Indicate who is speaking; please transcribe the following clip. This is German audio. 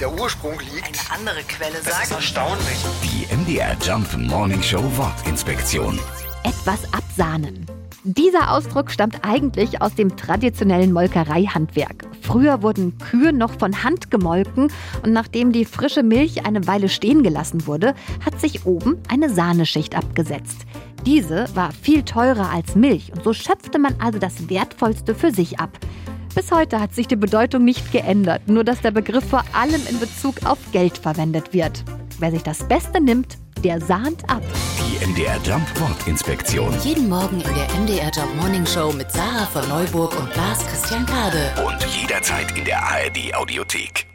Speaker 1: der Ursprung liegt.
Speaker 2: Eine andere Quelle
Speaker 1: Das ist
Speaker 2: sagt.
Speaker 1: erstaunlich.
Speaker 3: Die MDR Jump Morning Show Wortinspektion.
Speaker 4: Etwas absahnen. Dieser Ausdruck stammt eigentlich aus dem traditionellen Molkereihandwerk. Früher wurden Kühe noch von Hand gemolken und nachdem die frische Milch eine Weile stehen gelassen wurde, hat sich oben eine Sahneschicht abgesetzt. Diese war viel teurer als Milch und so schöpfte man also das Wertvollste für sich ab. Bis heute hat sich die Bedeutung nicht geändert, nur dass der Begriff vor allem in Bezug auf Geld verwendet wird. Wer sich das Beste nimmt, der sahnt ab.
Speaker 3: Die MDR Jump Wortinspektion.
Speaker 5: Jeden Morgen in der MDR Job Morning Show mit Sarah von Neuburg und Lars Christian Kade.
Speaker 3: Und jederzeit in der ARD Audiothek.